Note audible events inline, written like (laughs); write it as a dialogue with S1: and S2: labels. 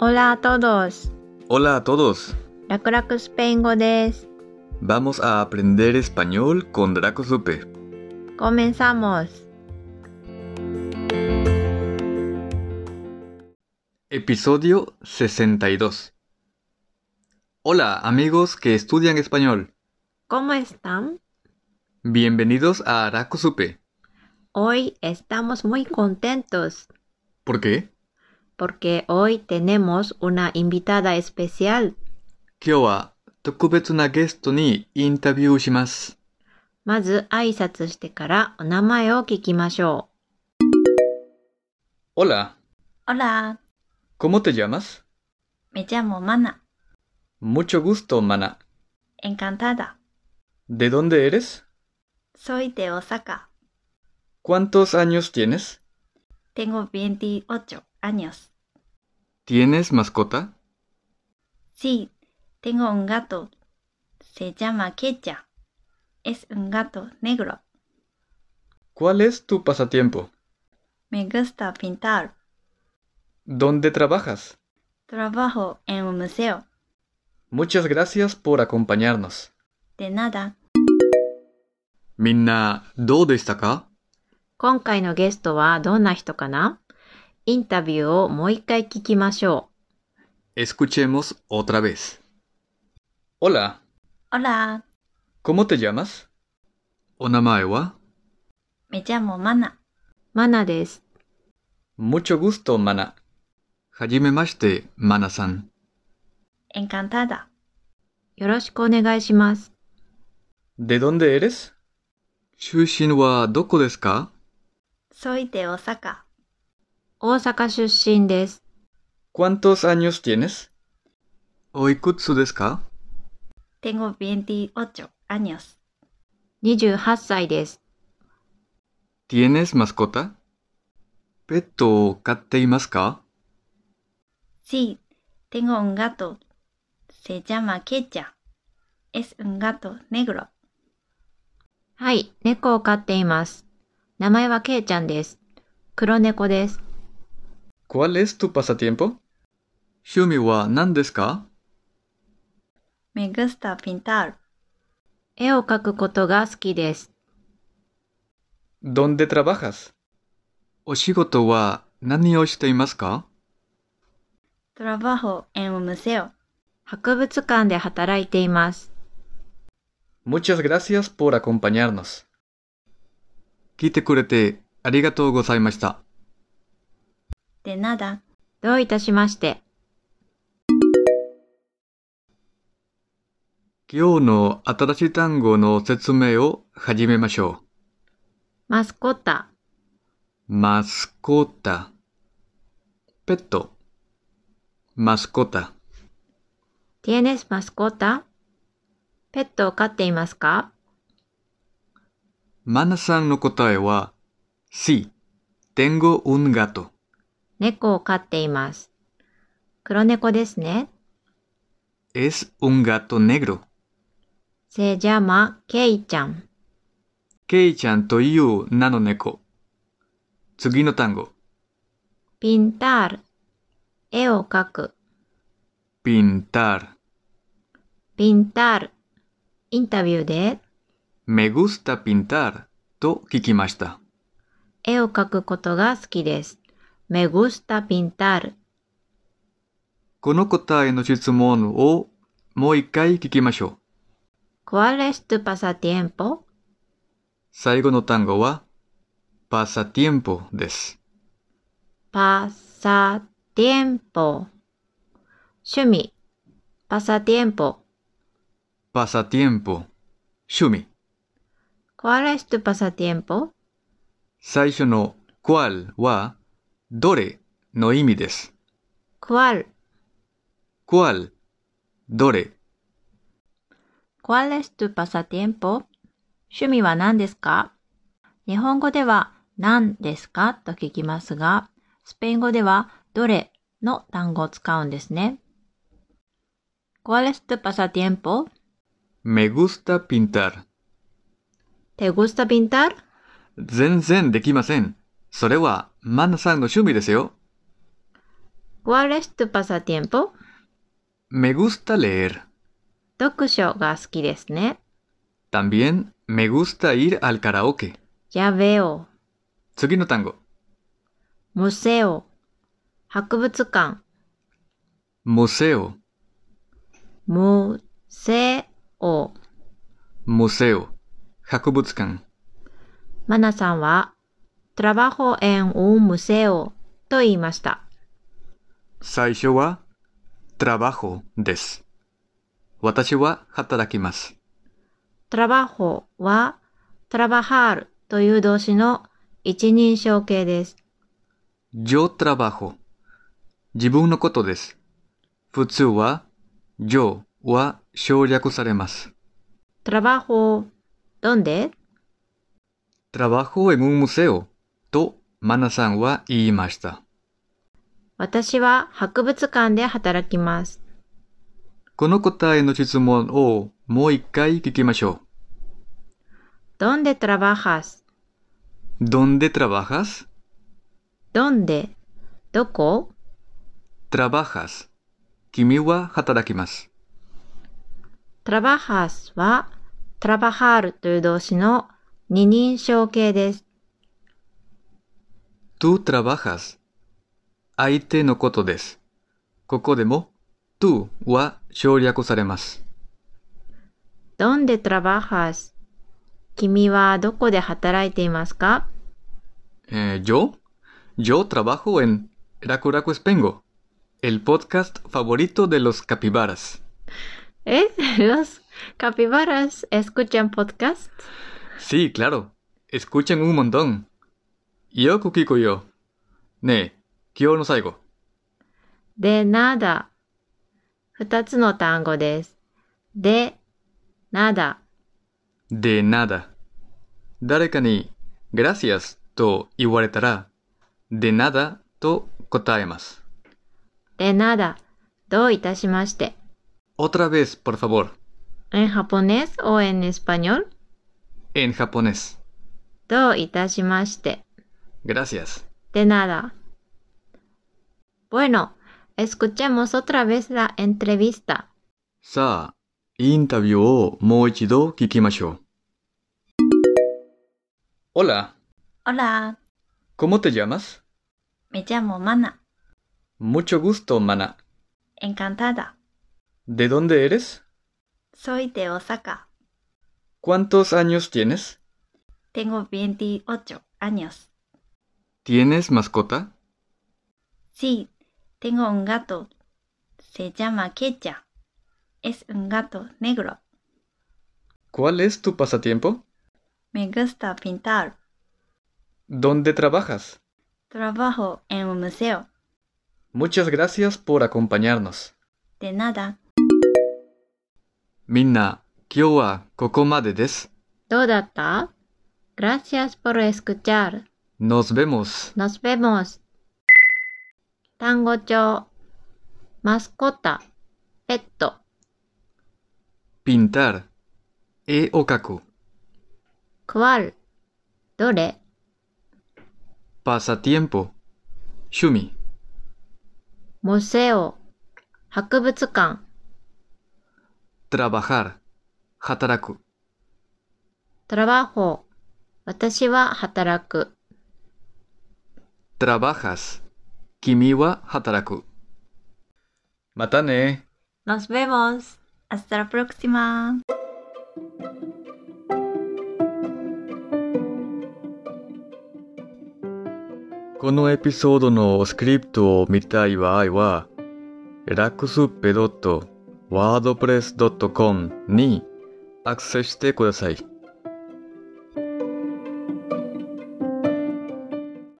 S1: Hola a todos.
S2: Hola a todos.
S1: Rakurak Spaingo です。
S2: Vamos a aprender español con Draco Supe.
S1: Comenzamos.
S2: Episodio 62. Hola amigos que estudian español.
S1: ¿Cómo están?
S2: Bienvenidos a Araco Supe.
S1: Hoy estamos muy contentos
S2: ¿Por qué?
S1: porque hoy tenemos una invitada especial.
S2: 今日は特別なゲストにインタビューします。
S1: まず挨拶してからお名前を聞きましょ
S2: Hola,
S3: ほら、
S2: ¿cómo te llamas?
S3: me llamo Mana.
S2: Mucho gusto, Mana.
S3: Encantada.
S2: ¿De dónde eres?
S3: Soy de Osaka.
S2: ¿Cuántos años tienes?
S3: Tengo 28 años.
S2: ¿Tienes mascota?
S3: Sí, tengo un gato. Se llama Kecha. Es un gato negro.
S2: ¿Cuál es tu pasatiempo?
S3: Me gusta pintar.
S2: ¿Dónde trabajas?
S3: Trabajo en un museo.
S2: Muchas gracias por acompañarnos.
S3: De nada.
S2: みんな、どうでしたか
S1: う。今回のゲストはどんな人かなインタビューをもう一回聞きましょ
S2: Escuchemos otra vez. Hola,
S3: ほら、
S2: ¿cómo te llamas? お名前は
S3: me llamo Mana.
S1: う。マナです。
S2: ?Mucho gusto, Mana. はじめまして、マナさん。
S3: Encantada.
S1: よろしくお願いします。
S2: De dónde eres? 出身はどこですか
S3: Soy de Osaka.
S1: 大阪出身です。
S2: ?Cuántos años tienes? おいくつですか
S3: Tengo 28 años.
S1: 28歳です。
S2: ?Tienes mascota? ペットを飼っていますか
S3: Sí, tengo un gato. Se llama Kecha. Es un gato negro.
S1: はい、猫を飼っています。名前はケイちゃんです。黒猫です。
S2: ¿Cuál es tu pasatiempo? 趣味は何ですか
S3: Me gusta pintar.
S1: 絵を描くことが好きです。
S2: ¿Dónde trabajas? お仕事は何をしていますか
S3: Trabajo en un museo.
S1: 博物館で働いています。
S2: ?Muchas gracias por acompañarnos. 聞いてくれてありがとうございました。
S3: De nada.
S1: どういたしまして。
S2: 今日の新しい単語の説明を始めましょ
S1: マスコッタ、
S2: う。マスコタ。ペット。マスコタ。
S1: ティエネスマスコッタペットを飼っていますか
S2: マナさんの答えは、Sí, tengo un gato.
S1: 猫を飼っています。黒猫ですね。
S2: Es un gato negro.
S1: セジャマ、ケイちゃん。
S2: ケイちゃんという名の猫。次の単語。
S1: ピンタール、絵を描く。
S2: pintar.
S1: ピンタール、インタビューで
S2: Me gusta pintar と聞きました。
S1: 絵を描くことが好きです。メグスタピンタール。
S2: この答えの質問をもう一回聞きましょう。
S1: ¿Cuál es tu pasatiempo?
S2: 最後の単語は pasatiempo です。
S1: pasatiempo 趣味 pasatiempo
S2: pasatiempo 趣味。
S1: ¿Cuál es tu pasatiempo?
S2: 最初の cual はどれの意味です。
S1: ¿Cuál?
S2: cual どれ
S1: ¿Cuál es tu pasatiempo? 趣味は何ですか日本語では何ですかと聞きますが、スペイン語ではどれの単語を使うんですね。¿Cuál es tu pasatiempo?
S2: me gusta pintar
S1: ¿Te gusta pintar?
S2: 全然できません。それはマナさんの趣味ですよ。
S1: ¿Cuál es tu pasatiempo?
S2: Me gusta leer.
S1: 読書が好きですね。
S2: También me gusta ir al karaoke.
S1: やべお、
S2: 次の単語。
S1: 無セオ、博物館、
S2: museo,
S1: 無セオ。
S2: museo, 博物館。
S1: マナさんは、trabajo en un museo と言いました。
S2: 最初は、trabajo です。私は働きます。
S1: trabajo は trabajar という動詞の一人称形です。
S2: yo trabajo 自分のことです。普通は、yo は省略されます。
S1: trabajo どんで
S2: trabajo en un museo とマナさんは言いました。
S1: 私は博物館で働きます。
S2: この答えの質問をもう一回聞きましょ
S1: どんで trabajas?
S2: う。¿Dónde trabajas?
S1: どんでどこ
S2: trabajas 君は働きます。
S1: trabajas は trabajar という動詞の二人称形です。
S2: tú trabajas 相手のことです。ここでも tú は省略されます。
S1: どんで trabajas? 君はどこで働いていますか
S2: えー Eh, yo? Yo trabajo en Raku Raku Espengo, el podcast favorito de los capibaras.
S1: ¿Eh? (laughs) ¿Los capibaras escuchan podcast?
S2: Sí, claro. Escuchan un montón. よく聞くよ。ねえ、今日の最後。
S1: で、nada。二つの単語です。で、nada。
S2: で nada 誰かに gracias と言われたら de nada と答えます
S1: で、nada。どういたしまして。
S2: otra vez por favor
S1: en japonés o en español?
S2: en japonés
S1: どういたしまして。
S2: gracias
S1: De nada. Bueno, escuchemos otra vez la entrevista.
S2: さあインタビューをもう一度聞きましょう hola
S3: Hola,
S2: cómo te llamas
S3: me llamo Mana.
S2: mucho gusto mana
S3: Encantada.
S2: de dónde eres
S3: Soy de Osaka.
S2: cuántos años tienes
S3: Tengo 28 años.
S2: tienes mascota
S3: Sí, tengo un gato. Se llama Kecha. Es un gato negro.
S2: cuál es tu pasatiempo
S3: Me gusta pintar.
S2: dónde trabajas
S3: Trabajo en un museo.
S2: Muchas gracias por acompañarnos.
S3: De nada.
S2: みんな、今日はここまでです。
S1: どうだった Gracias por escuchar.
S2: Nos vemos.
S1: Nos vemos. 単語帳。マスコッタ、ペット、
S2: Pintar. E 絵を描く。
S1: クワル、どれ、
S2: pasatiempo. 趣味。
S1: モセオ、博物館、
S2: trabajar. 働く。
S1: トラバホ、私は働く、
S2: trabajas. 君は働く。またね。
S1: Nos vemos!
S3: Hasta la próxima.
S2: このエピソードのスクリプトを見たい場合は、ラクスペ .wordpress.com にアクセスしてください。